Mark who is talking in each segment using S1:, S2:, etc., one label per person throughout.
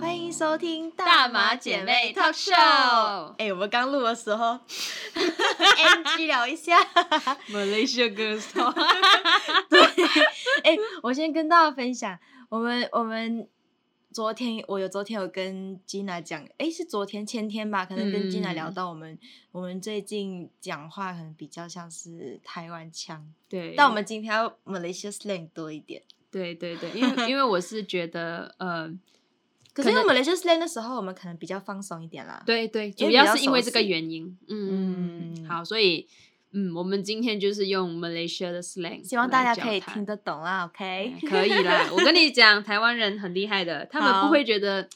S1: 欢迎收听
S2: 大马姐妹 Talk Show
S1: 哎、我们刚录的时 候，NG 聊一 下。
S2: Malaysia Girls Talk，
S1: 哎、我先跟大家分享，我们我们昨天我有昨天有跟吉娜讲，哎、是昨天前天吧，可能跟吉娜聊
S2: 嗯
S1: 到我们、我们最近讲话可能比较像是台湾腔，
S2: 对，
S1: 但我们今天要 Malaysia slang 多一点。
S2: 对对对，因为因为我是觉得， 呃，
S1: 可是因为 Malaysia slang 的时候，我们可能比较放松一点啦。
S2: 对对，
S1: 因为
S2: 主
S1: 比较
S2: 要是因为
S1: 熟
S2: 这个
S1: 悉
S2: 原因，嗯，
S1: 嗯
S2: 好，所以嗯，我们今天就是用 Malaysia 的 slang，
S1: 希望大
S2: 来
S1: 家
S2: 交
S1: 可以
S2: 谈
S1: 听得懂啦，OK？
S2: 嗯可以啦，我跟你讲，台湾人很厉害的，他们
S1: 好
S2: 不会觉得。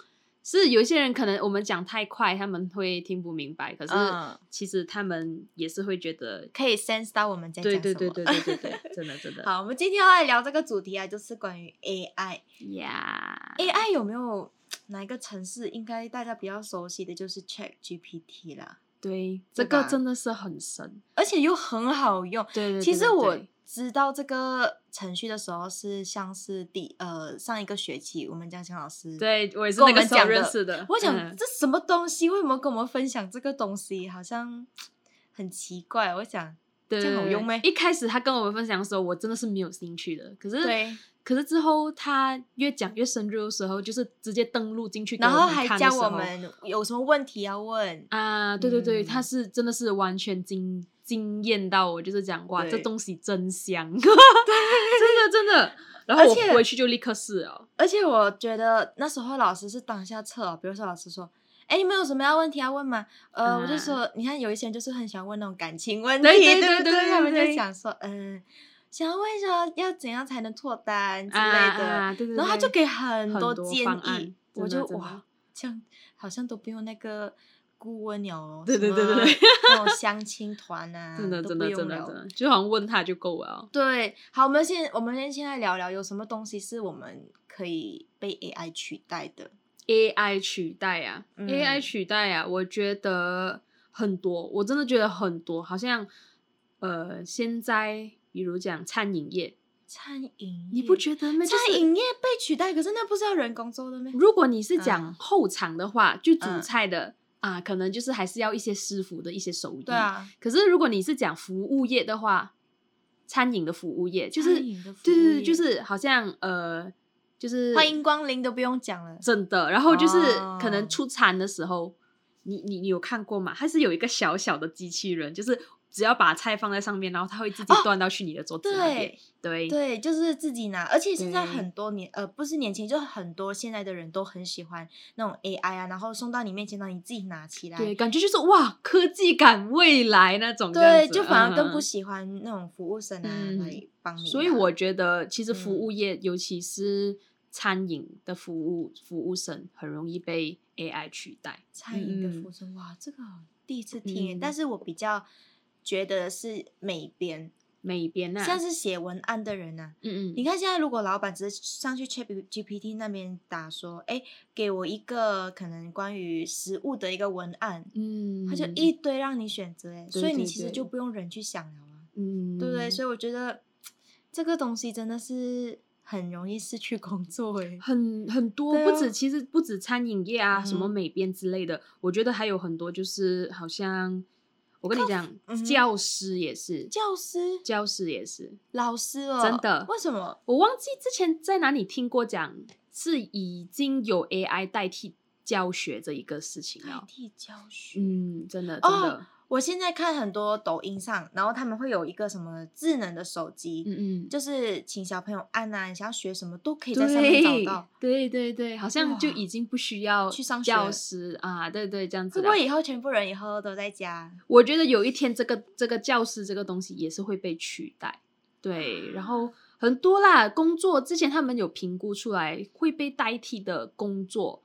S2: 是有一些人可能我们讲太快，他们会听不明白。可是
S1: 嗯
S2: 其实他们也是会觉得，
S1: 可以 sense 到我们在讲
S2: 对
S1: 什么。
S2: 对对对对对对，真的真的。
S1: 好，我们今天要来聊这个主题啊，就是关于 AI。
S2: 呀
S1: AI 有没有哪一个城市应该大家比较熟悉的就是 Chat GPT 啦，
S2: 对，
S1: 对
S2: 这个
S1: 吧
S2: 真的是很神。
S1: 而且又很好用。
S2: 对对
S1: 其
S2: 对
S1: 实
S2: 对
S1: 我
S2: 对
S1: 知道这个程序的时候是像是第呃上一个学期我们江强老师，
S2: 对我也是
S1: 跟
S2: 那
S1: 我
S2: 个
S1: 们
S2: 时候
S1: 讲
S2: 认
S1: 的
S2: 识的。
S1: 我想、
S2: 嗯
S1: 这什么东西，为什么跟我们分享这个东西，好像很奇怪。我想
S2: 对
S1: 这样好
S2: 对
S1: 用
S2: 对
S1: 咩
S2: 一开始他跟我们分享的时候，我真的是没有兴趣的。可是，
S1: 对，
S2: 可是之后他越讲越深入的时候，就是直接登录进去给
S1: 然
S2: 我
S1: 后
S2: 们
S1: 还
S2: 看的时
S1: 教
S2: 候，
S1: 我们有什么问题要问。
S2: 啊，对对对，他
S1: 嗯
S2: 是真的是完全惊惊艳到我，就是讲哇，这
S1: 对
S2: 东西真香， 真的真的。然后
S1: 而
S2: 我
S1: 且
S2: 回去就立刻试哦，
S1: 而且我觉得那时候老师是当下测哦，比如说老师说：“哎，你们有什么要问题要问吗？”呃，我就
S2: 嗯
S1: 说，你看有一些人就是很喜欢问那种感情问题，
S2: 对
S1: 对
S2: 对对
S1: 不
S2: 对对
S1: 他们就
S2: 对
S1: 想说，嗯、想要问一下要怎样才能脱单之
S2: 啊
S1: 类的，
S2: 啊对对
S1: 然后他就
S2: 对
S1: 给很
S2: 很
S1: 多
S2: 多
S1: 建
S2: 方
S1: 议
S2: 案，
S1: 我就
S2: 真的真的
S1: 哇，这样好像都不用那个顾问了哦，
S2: 对
S1: 什
S2: 对对对
S1: 么
S2: 对，
S1: 那种相亲团啊，
S2: 真的
S1: 都
S2: 真
S1: 不
S2: 的
S1: 用
S2: 真的
S1: 了
S2: 真的，就好像问他就够了哦。
S1: 对，好，我们现我们先现在聊聊有什么东西是我们可以被 AI 取代的。
S2: AI 取代啊、a i
S1: 嗯
S2: 取代啊，我觉得很多，我真的觉得很多，好像呃，现在比如讲餐饮业，
S1: 餐饮业，
S2: 你不觉得吗？就
S1: 嗯餐
S2: 是
S1: 饮业被取代？可是那不是要人工做的吗？
S2: 如果你是
S1: 嗯
S2: 讲后场的话，就煮
S1: 嗯
S2: 菜的、啊，可能就是还是要一些师傅的一些手艺。
S1: 对。啊，
S2: 可是如果你是讲服务业的话，餐饮的服务业就是
S1: 餐饮的服务
S2: 对对
S1: 业
S2: 对，就是好像呃，就是
S1: 欢迎光临都不用讲了。
S2: 真的。然后就是可
S1: 哦
S2: 能出餐的时候，你你你有看过吗？它是有一个小小的机器人，就是只要把菜放在上面，然后它会自己
S1: 哦
S2: 端到去你的桌子那边。
S1: 对
S2: 对
S1: 对，就是自己拿，而且现在
S2: 对
S1: 很多年呃，不是年轻，就是很多现在的人都很喜欢那种 AI 啊，然后送到你面前，让你自己拿起来。
S2: 对感觉就是哇，科技感未来那种这样
S1: 对，
S2: 子。
S1: 就反而更
S2: 嗯
S1: 不喜欢那种服务生啊、
S2: 嗯
S1: 来帮你拿。
S2: 所以我觉得，其实服
S1: 嗯
S2: 务业，尤其是餐饮的服务服务生，很容易被 AI 取代。
S1: 餐饮的
S2: 嗯
S1: 服装，哇，这个第一次听耶、
S2: 嗯
S1: 但是我比较觉得是美编，
S2: 美编啊，
S1: 像是写文案的人呐、
S2: 嗯
S1: 你
S2: 嗯，
S1: 看现在如果老板直接上去 Chat GPT 那边打说，哎，给我一个可能关于食物的一个文案，
S2: 嗯，
S1: 他就一堆让你选择，哎，
S2: 对
S1: 所以你
S2: 对
S1: 其实
S2: 对
S1: 就不用人去想了啊，
S2: 嗯，
S1: 对不对？所以我觉得这个东西真的是很容易失去工作，哎，
S2: 很很多，
S1: 对啊
S2: 不止其实不止餐饮业啊，什么
S1: 嗯哼
S2: 美编之类的，我觉得还有很多，就是好像我跟你讲，
S1: 嗯哼
S2: 教师也是，
S1: 教师、
S2: 教师也是，
S1: 老师哦，
S2: 真的
S1: 为什么？
S2: 我忘记之前在哪里听过讲，是已经有 AI 代替教学这一个事情
S1: 代
S2: 了。
S1: 替教学，
S2: 嗯，真的真
S1: 哦
S2: 的，
S1: 我现在看很多抖音上，然后他们会有一个什么智能的手机，
S2: 嗯嗯，
S1: 就是请小朋友按啊，你想要学什么都可以在上面
S2: 对
S1: 找到。
S2: 对对对，好像就
S1: 哇
S2: 已经不需要
S1: 去上学
S2: 教师啊，对对，这样子
S1: 会
S2: 了。
S1: 不会以后全部人以后都在家？
S2: 我觉得有一天这个这个教师这个东西也是会被取代，对，然后很多啦，工作之前他们有评估出来会被代替的工作，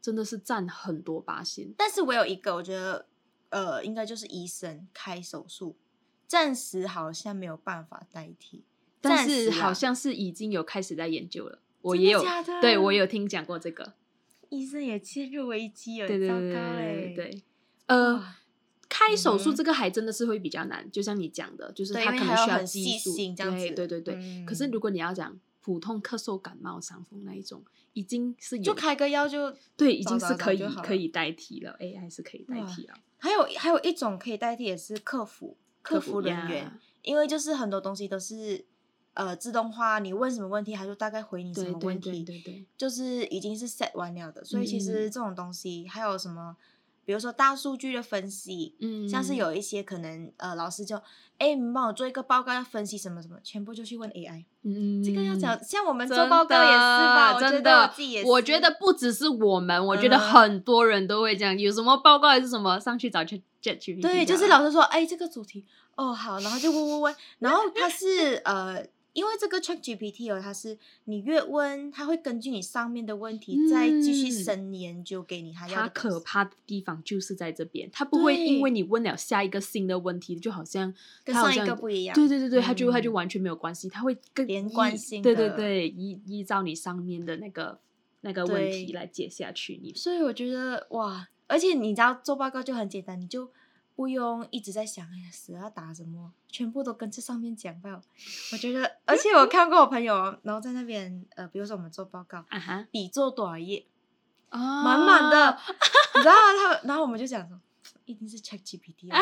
S2: 真的是占很多八仙。
S1: 但是我有一个，我觉得呃，应该就是医生开手术，暂时好像没有办法代替。
S2: 但
S1: 暂时
S2: 是
S1: 啊
S2: 好像是已经有开始在研究了，我
S1: 真的
S2: 也有
S1: 假的，
S2: 对我有听讲过这个，
S1: 医生也陷入危机了，
S2: 对对
S1: 糟
S2: 对
S1: 糕
S2: 对对
S1: 哎、
S2: 对，呃
S1: 哇。
S2: 开手
S1: 嗯
S2: 术
S1: 哼
S2: 这个还真的是会比较难，就像你讲的，就是
S1: 对
S2: 他
S1: 因为
S2: 可
S1: 还
S2: 能
S1: 要
S2: 需要
S1: 很
S2: 技
S1: 细
S2: 术，
S1: 心这样
S2: 对
S1: 子
S2: 对对对。可是
S1: 嗯
S2: 如果你要讲普通咳嗽、感冒、伤风那一种，已经是有
S1: 就开个药就
S2: 对，已经
S1: 找
S2: 是
S1: 找
S2: 可
S1: 找
S2: 以
S1: 就好了
S2: 可以代替了，AI 是可以代
S1: 哇
S2: 替啊了。
S1: 还有还有一种可以代替也是客服客服人
S2: 呀
S1: 员，因为就是很多东西都是呃自动化，你问什么问题，它就大概回你什
S2: 对
S1: 么
S2: 对
S1: 问题，
S2: 对对对，
S1: 就是已经是 set 完了的。所以其
S2: 嗯
S1: 实这种东西还有什么，比如说大数据的分析，
S2: 嗯，
S1: 像是有一些可能呃老师就哎你帮我做一个报告要分析什么什么，全部就去问 AI，、
S2: 嗯，
S1: 这个要
S2: 讲。
S1: 讲像我们
S2: 真
S1: 做报告也是吧，
S2: 的
S1: 我觉
S2: 真
S1: 得我
S2: 的
S1: 自己也，是，
S2: 我觉得不只是我们，我觉得
S1: 嗯
S2: 很多人都会这样。有什么报告还是什么，上去找 Chat GPT。
S1: 对，就是老师说，哎，这个主题哦好，然后就问问问，然后它是呃，因为这个 Chat GPT 哦，它是你越问，它会根据你上面的问题再继续
S2: 嗯
S1: 深研究给你它要
S2: 他
S1: 的东
S2: 可
S1: 西
S2: 怕的地方就是在这边，他不会因为
S1: 对
S2: 你问了下一个新的问题，就好像
S1: 跟
S2: 他好
S1: 上一
S2: 像
S1: 个不一样。
S2: 对对对对，他就他
S1: 嗯
S2: 就完全没有关系，他会更
S1: 连
S2: 依
S1: 贯性
S2: 对对
S1: 的
S2: 对，依依照你上面的那个那个问题
S1: 对
S2: 来解下去。你
S1: 所以我觉得哇，而且你知道做报告就很简单，你就不用一直在想哎呀死要打什么，全部都跟这上面讲到。我觉得，而且我看过我朋友哦，然后在那边呃，比如说我们做报告，
S2: 啊哈，
S1: 笔做多少页，
S2: 满
S1: 满满的，你知道吗？他们，然后我们就想说，啊 一定是 Chat GPT 啊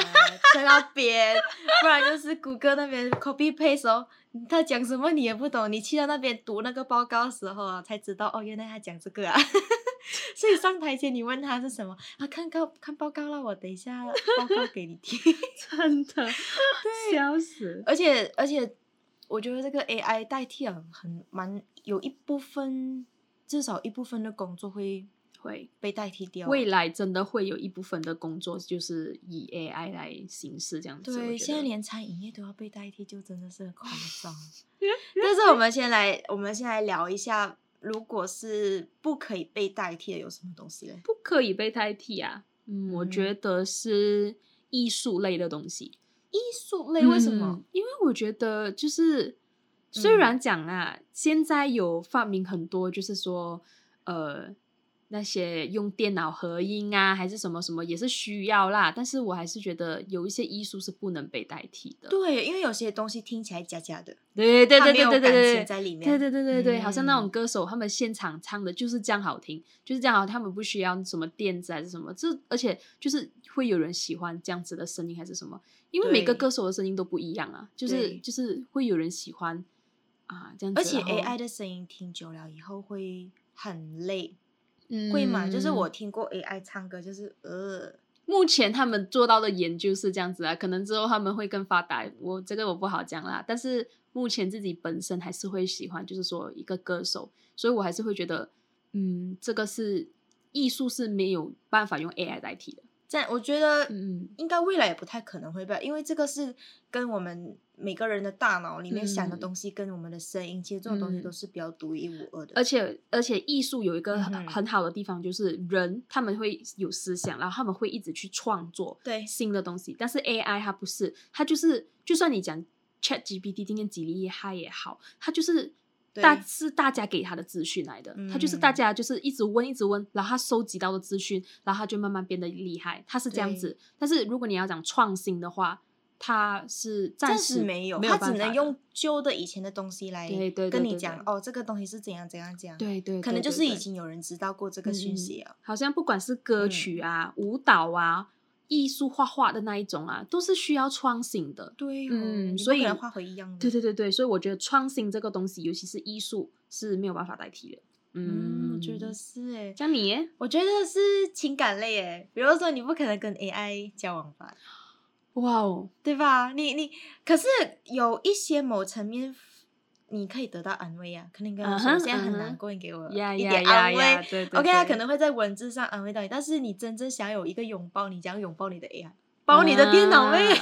S1: 在那边，不然就是谷歌那边 copy paste 哦。他讲什么你也不懂，你去到那边读那个报告的时候啊，才知道哦，原来他讲这个啊。 所以上台前你问他是什么啊？看看看报告啦，我等一下报告给你听。
S2: 真 的，笑死。
S1: 而且而且，我觉得这个 AI 代替了很蛮有一部分，至少一部分的工作会
S2: 会
S1: 被代替掉。
S2: 未来真的会有一部分的工作就是以 AI 来行事这样子。
S1: 对，
S2: 我觉
S1: 现在
S2: 得
S1: 连餐饮业都要被代替，就真的是很夸 张。但是我们先来，我们先来聊一下，如果是不可以被代替的，有什么东西嘞？
S2: 不可以被代替啊。嗯，我
S1: 嗯
S2: 觉得是艺术类的东西。
S1: 艺术类为什么
S2: 嗯？因为我觉得就是虽
S1: 嗯
S2: 然讲啊，现在有发明很多，就是说呃那些用电脑合音啊，还是什么什么也是需要啦，但是我还是觉得有一些艺术是不能被代替的。
S1: 对，因为有些东西听起来假假的，
S2: 对对
S1: 它
S2: 对
S1: 没
S2: 对
S1: 有
S2: 对对
S1: 感
S2: 对
S1: 情。在里面。
S2: 对对对对对，好像那
S1: 嗯
S2: 种歌手，他们现场唱的就是这样好听，就是这样好听，他们不需要什么垫子还是什么，这而且就是会有人喜欢这样子的声音还是什么，因为每个
S1: 对
S2: 歌手的声音都不一样啊，就是
S1: 对
S2: 就是会有人喜欢啊这样子，
S1: 而且
S2: 然后
S1: AI 的声音听久了以后会很累，
S2: 嗯
S1: 会吗？就是我听过 AI 唱歌，就是呃，
S2: 目前他们做到的研究是这样子啊，可能之后他们会更发达，我这个我不好讲啦。但是目前自己本身还是会喜欢，就是说一个歌手，所以我还是会觉得，嗯，这个是艺术是没有办法用 AI 代替的。
S1: 这样我觉得
S2: 嗯
S1: 应该未来也不太可能会被，因为这个是跟我们每个人的大脑里面想的
S2: 嗯
S1: 东西，跟我们的声音，其实这种东西
S2: 嗯
S1: 都是比较独一无二的。
S2: 而且而且艺术有一个很
S1: 嗯哼
S2: 很好的地方，就是人他们会有思想，然后他们会一直去创作，
S1: 对
S2: 新的东西。但是 AI 它不是，它就是就算你讲 Chat GPT 今天几厉害也好，它就是
S1: 对
S2: 大是大家给它的资讯来的，它就是大
S1: 嗯
S2: 家就是一直问一直问，然后它收集到的资讯，然后它就慢慢变得厉害，它是这样
S1: 对
S2: 子。但是如果你要讲创新的话，它是暂
S1: 暂
S2: 时
S1: 时没有，
S2: 没有
S1: 它
S2: 办
S1: 只
S2: 法
S1: 能
S2: 的
S1: 用旧的以前的东西来
S2: 对对对
S1: 跟
S2: 对
S1: 你
S2: 对
S1: 讲哦，这个东西是怎样怎样怎样。，
S2: 对对，
S1: 可
S2: 对
S1: 能就
S2: 对
S1: 是已
S2: 对
S1: 经有人知道过这个
S2: 嗯
S1: 讯
S2: 嗯
S1: 息了。
S2: 好像不管是歌
S1: 嗯
S2: 曲啊、舞蹈啊、艺术画画的那一种啊，都是需要创新的。
S1: 对哦，
S2: 嗯
S1: 你
S2: 所
S1: 不可
S2: 以
S1: 能画回一样的。
S2: 对对对对，所以我觉得创新这个东西，尤其是艺术，是没有办法代替的。
S1: 嗯，我觉得是诶，
S2: 像你耶，
S1: 我觉得是情感类诶，比如说你不可能跟 AI 交往吧。
S2: 哇哦，
S1: 对吧？你你可是有一些某层面，你可以得到安慰啊。可能你跟我说
S2: 嗯哼
S1: 我现在很
S2: 嗯哼
S1: 难过，你给我
S2: 呀
S1: 一
S2: 呀
S1: 点
S2: 呀
S1: 安慰。
S2: 呀，对对
S1: OK，他
S2: 对
S1: 可能会在文字上安慰到你，但是你真正想有一个拥抱，你将拥抱你的 AI，抱你的电脑呗。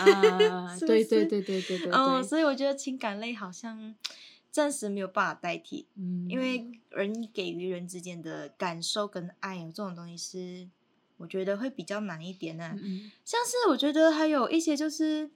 S2: 啊 啊
S1: 是不
S2: 对对
S1: 是
S2: 对对对 对
S1: 嗯，
S2: 对，
S1: 所以我觉得情感类好像暂时没有办法代替，
S2: 嗯
S1: 因为人给予人之间的感受跟爱哦，这种东西是我觉得会比较难一点呢、啊
S2: 嗯嗯
S1: 像是我觉得还有一些就是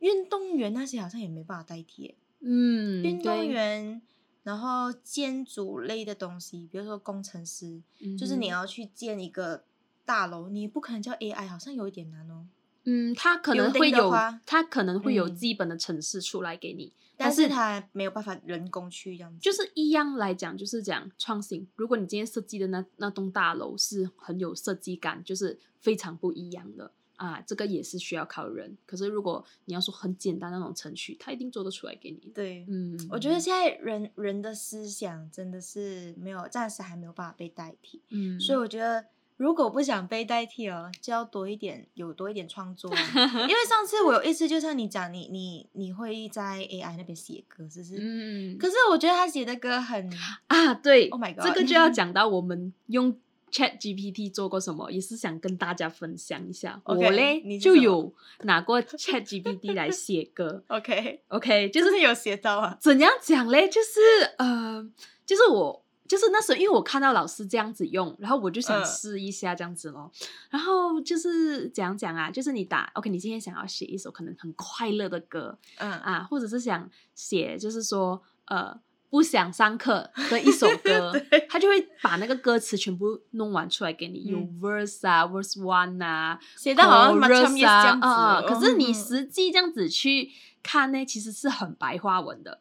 S1: 运动员那些好像也没办法代替耶，
S2: 嗯，
S1: 运动
S2: 对，
S1: 员，然后建筑类的东西，比如说工程师，就是你
S2: 嗯
S1: 要去建一个大楼，你不可能叫 AI，好像有一点难哦。
S2: 嗯，它可
S1: 有
S2: 能
S1: 定
S2: 会
S1: 的
S2: 有
S1: 话，
S2: 它可能会有
S1: 嗯
S2: 基本的程式出来给你，
S1: 但
S2: 是
S1: 是它没有办法人工去这样子，
S2: 就是一样来讲，就是讲创新。如果你今天设计的那那栋大楼是很有设计感，就是非常不一样的啊，这个也是需要靠人。可是如果你要说很简单那种程序，它一定做得出来给你。
S1: 对。
S2: 嗯，
S1: 我觉得，现在人人的思想真的是没有，暂时还没有办法被代替，
S2: 嗯，
S1: 所以我觉得如果不想被代替哦，就要多一点，有多一点创作 啊。因为上次我有一次，就像你讲，你你你会在 AI 那边写歌，是不是？
S2: 嗯，
S1: 可是我觉得他写的歌很，
S2: 啊，对
S1: Oh my
S2: 这
S1: god
S2: 个就要讲到我们用 Chat GPT 做过什么，也是想跟大家分享一下。
S1: OK，
S2: 我嘞
S1: 你是
S2: 就
S1: 什么
S2: 有拿过 Chat GPT 来写 歌
S1: OK，
S2: ，OK，就
S1: 就是是有写到啊。
S2: 怎样讲嘞？就是呃，就是我。就是那时候，因为我看到老师这样子用，然后我就想
S1: 嗯
S2: 试一下这样子咯。然后就是讲讲啊，就是你打 OK，你今天想要写一首可能很快乐的歌，
S1: 嗯，
S2: 啊，或者是想写，就是说呃不想上课的一首歌
S1: 对，
S2: 他就会把那个歌词全部弄完出来给你，有
S1: 嗯
S2: verse 啊，verse one 啊，
S1: 写到好像蛮
S2: chorus
S1: 专业这样子
S2: 啊啊啊
S1: 哦。
S2: 可是你
S1: 嗯
S2: 实际这样子去看呢，其实是很白话文的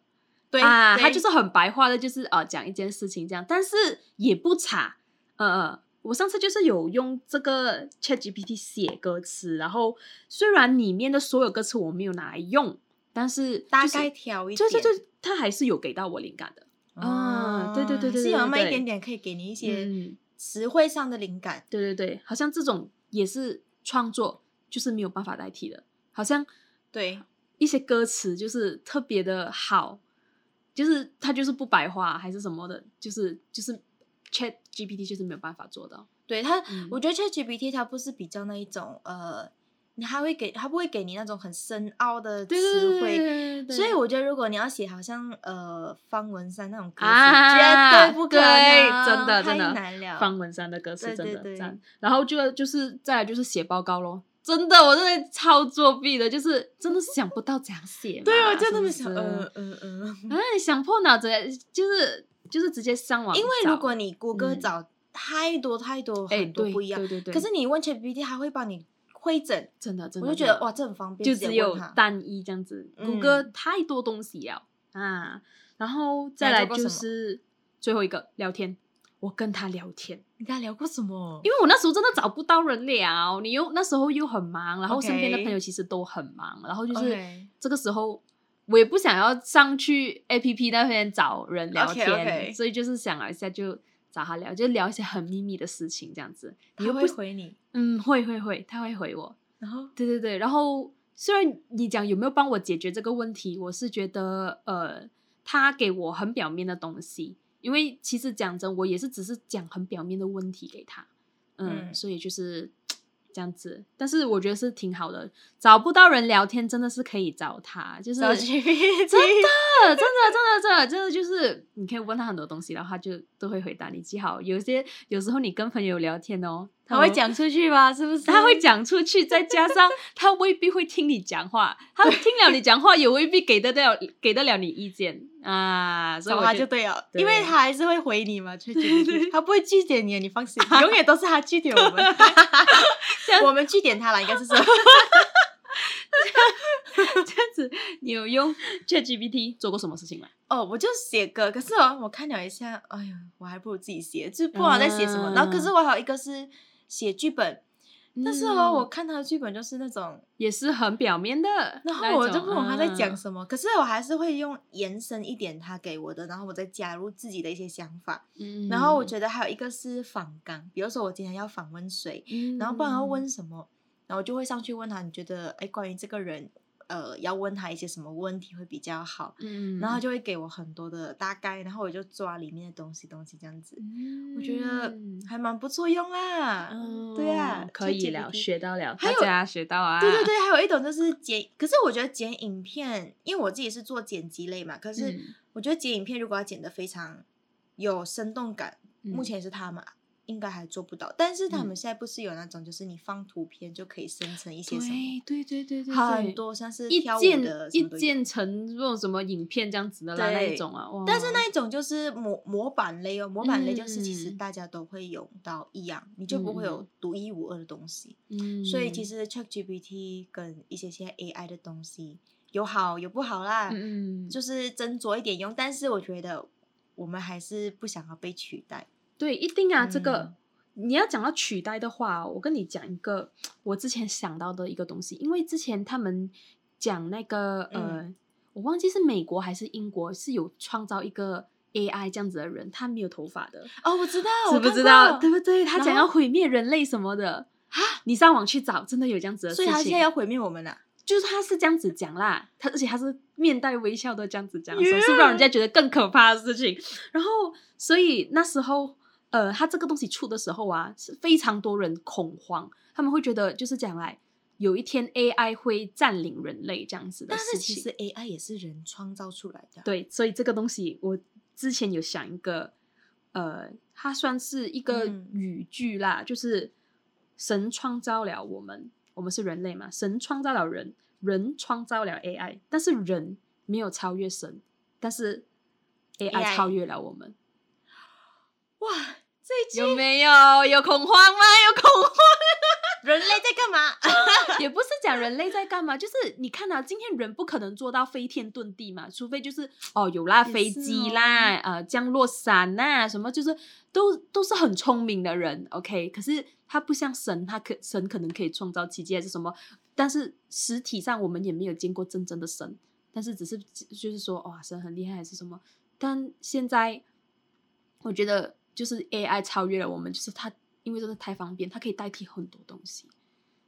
S1: 对
S2: 啊，它
S1: 对
S2: 就是很白话的，就是呃讲一件事情这样，但是也不差，呃呃。我上次就是有用这个 ChatGPT 写歌词，然后虽然里面的所有歌词我没有拿来用，但是、就是、
S1: 大概调一
S2: 对
S1: 点，
S2: 对对，他还是有给到我灵感的。啊对对对对
S1: 嗯是有
S2: 对
S1: 那么一
S2: 对
S1: 点点可以给你一些
S2: 嗯，
S1: 词汇上的灵感。
S2: 对对对，好像这种也是创作，就是没有办法代替的。好像
S1: 对，
S2: 一些歌词就是特别的好，就是它就是不白话还是什么的，就是就是 Chat GPT 就是没有办法做到。
S1: 对它，
S2: 嗯
S1: 我觉得 ChatGPT 它不是比较那一种呃，它会给它不会给你那种很深奥的
S2: 对对
S1: 词
S2: 对对
S1: 汇。
S2: 对对，
S1: 所以我觉得，如果你要写好像呃方文山那种歌词，
S2: 啊，
S1: 绝对不可
S2: 对
S1: 能，啊
S2: 真的
S1: 太
S2: 真的
S1: 难了。
S2: 方文山的歌词
S1: 对
S2: 真
S1: 对
S2: 的
S1: 对
S2: 赞。然后就就是再来就是写报告咯，真的我真的超作弊的，就是真的是想不到怎样写嘛。
S1: 对，我就那
S2: 是不
S1: 么想，
S2: 是
S1: 呃呃呃，
S2: 哎，想破脑子，就是就是直接上网找。
S1: 因为如果你谷歌
S2: 嗯
S1: 找太多太多
S2: 哎
S1: 很多
S2: 对
S1: 不一样，
S2: 对对对，
S1: 可是你问 ChatGPT，它会帮你会诊，
S2: 真的真
S1: 我
S2: 的，
S1: 就觉
S2: 真的
S1: 得哇，，这很方便，
S2: 就
S1: 直接
S2: 只
S1: 问
S2: 有
S1: 它
S2: 单一这样子，谷
S1: 嗯
S2: 歌太多东西了啊。然后再
S1: 还
S2: 来
S1: 做过什
S2: 就
S1: 么
S2: 是最后一个聊天，我跟他聊天。
S1: 你跟他聊过什么？
S2: 因为我那时候真的找不到人聊，你又那时候又很忙，然后
S1: OK
S2: 身边的朋友其实都很忙，然后就是
S1: OK
S2: 这个时候我也不想要上去 A P P 那边找人聊天
S1: OK，OK
S2: 所以就是想了一下就找他聊，就聊一些很秘密的事情这样子。
S1: 他
S2: 你又不
S1: 会回你，
S2: 嗯会会会，他会回我，
S1: 然后
S2: 对对对，然后虽然你讲有没有帮我解决这个问题，我是觉得呃，他给我很表面的东西，因为其实讲真，我也是只是讲很表面的问题给他，嗯，
S1: 嗯
S2: 所以就是这样子。但是我觉得是挺好的，找不到人聊天真的是可以找他，就是
S1: 找
S2: 真
S1: GPT，
S2: 的真的真的真的真的就是你可以问他很多东西，然后他就都会回答你。记好，有些有时候你跟朋友聊天哦，
S1: 他会
S2: 们
S1: 讲出去吧？是不是？
S2: 他会讲出去，再加上他未必会听你讲话，他听了你讲话也未必给得了 给得了你意见啊，所以
S1: 找
S2: 我
S1: 他就对了，
S2: 对
S1: 因为他还是会回你嘛
S2: 对
S1: ，ChatGPT，他不会拒点你，你放心，永远都是他拒点我们
S2: 样，
S1: 我们拒点他了，应该是这样。
S2: 这样子。你有用 ChatGPT 做过什么事情吗？
S1: 哦，我就写歌，可是哦，我看了一下，哎呀，我还不如自己写，就不知道在写什么。然后，可是我还有一个是写剧本，但是哦，
S2: 嗯
S1: 我看他的剧本就是那种
S2: 也是很表面的那
S1: 然
S2: 种，
S1: 后我就不懂他在讲
S2: 啊
S1: 什么，可是我还是会用延伸一点他给我的，然后我再加入自己的一些想法。
S2: 嗯
S1: 然后我觉得还有一个是访纲，比如说我今天要访问谁，
S2: 嗯
S1: 然后不然要问什么，然后我就会上去问他，你觉得哎，关于这个人，呃，要问他一些什么问题会比较好？
S2: 嗯，
S1: 然后他就会给我很多的大概，然后我就抓里面的东西东西这样子，我觉得
S2: 嗯
S1: 还蛮不错用啦。对啊
S2: 哦，可以
S1: ChatGPT
S2: 了，学到了，
S1: 还
S2: 大
S1: 有
S2: 家学到啊，
S1: 对对对，还有一种就是剪，可是我觉得剪影片，因为我自己是做剪辑类嘛，可是
S2: 嗯，
S1: 我觉得剪影片如果要剪得非常有生动感，目前也是他们应该还做不到。但是他
S2: 嗯
S1: 们现在不是有那种，就是你放图片就可以生成一些什么，
S2: 对对对对对，对
S1: 很多像是
S2: 一
S1: 跳舞
S2: 键
S1: 的什
S2: 一
S1: 么都有
S2: 键成那种什么影片这样子的啦那一
S1: 对
S2: 种啊，哇
S1: 但是那一种就是模模板类哦，模板类就是其实
S2: 嗯
S1: 大家都会用到一样，你就不会
S2: 嗯
S1: 有独一无二的东西。
S2: 嗯，
S1: 所以其实 ChatGPT 跟一些现在 AI 的东西有好有不好啦，
S2: 嗯嗯
S1: 就是斟酌一点用。但是我觉得我们还是不想要被取代。
S2: 对，一定啊，这个
S1: 嗯
S2: 你要讲到取代的话哦，我跟你讲一个我之前想到的一个东西，因为之前他们讲那个呃，
S1: 嗯
S2: 我忘记是美国还是英国是有创造一个 AI 这样子的人，他没有头发的，
S1: 哦，我知道，
S2: 知
S1: 我
S2: 不
S1: 看
S2: 知道？
S1: 过
S2: 对不对？他讲
S1: 然
S2: 要
S1: 后
S2: 毁灭人类什么的
S1: 啊，
S2: 你上网去找，真的有这样子的事
S1: 所
S2: 情。
S1: 以他现在要毁灭我们了。
S2: 就是他是这样子讲啦，他而且他是面带微笑的这样子讲，所以
S1: Yeah
S2: 是让人家觉得更可怕的事情。然后，所以那时候，呃，他这个东西出的时候啊，是非常多人恐慌，他们会觉得就是讲来，有一天 AI 会占领人类这样子的
S1: 但
S2: 事
S1: 是
S2: 情。
S1: 其实 AI 也是人创造出来的。，
S2: 对，所以这个东西我之前有想一个，呃，它算是一个
S1: 嗯
S2: 语句啦，就是神创造了我们，我们是人类嘛，神创造了人，人创造了 AI，但是人没有超越神，但是 AI
S1: AI
S2: 超越了我们，
S1: 哇，这一集
S2: 有没有？有恐慌吗？有恐慌。
S1: 人类在干嘛？
S2: 也不是讲人类在干嘛，就是你看啊，今天人不可能做到飞天遁地嘛，除非就是哦有啦，
S1: 也
S2: 飞
S1: 是
S2: 机
S1: 哦
S2: 啦，呃降落伞呐、什么就是都都是很聪明的人，OK，可是他不像神，他可神可能可以创造奇迹还是什么，但是实体上我们也没有见过真正的神，但是只是就是说哇神很厉害还是什么，但现在我觉得就是 AI 超越了我们，就是它因为真的太方便，它可以代替很多东西。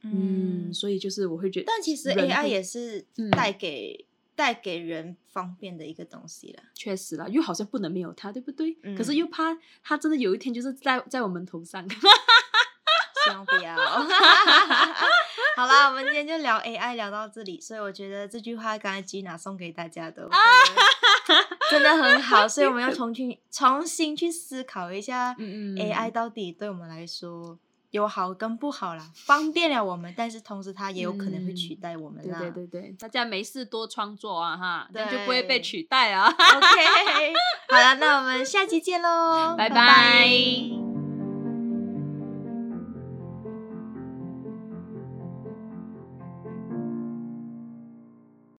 S2: 嗯，所以就是我会觉得，
S1: 但其实
S2: 人
S1: AI
S2: 会
S1: 也是
S2: 嗯
S1: 带给、带给人方便的一个东西 啦。
S2: 确实啦，又好像不能没有它，对不对？可是
S1: 嗯
S2: 又怕它真的有一天就是在在我们头上。
S1: 希望不要。 好啦，我们今天就聊 AI 聊到这里，所以我觉得这句话刚才 Gina 送给大家的，我觉
S2: 啊
S1: 得真的很好，所以我们要重新重新去思考一下
S2: 嗯
S1: AI 到底对我们来说。有好跟不好啦，方便了我们，但是同时它也有可能会取代我们
S2: 对
S1: 啦。
S2: 嗯对对对，大家没事多创作啊哈，这样就不会被
S1: 对
S2: 取代啊。
S1: OK，好了，那我们下期见喽，
S2: 拜
S1: 拜
S2: 拜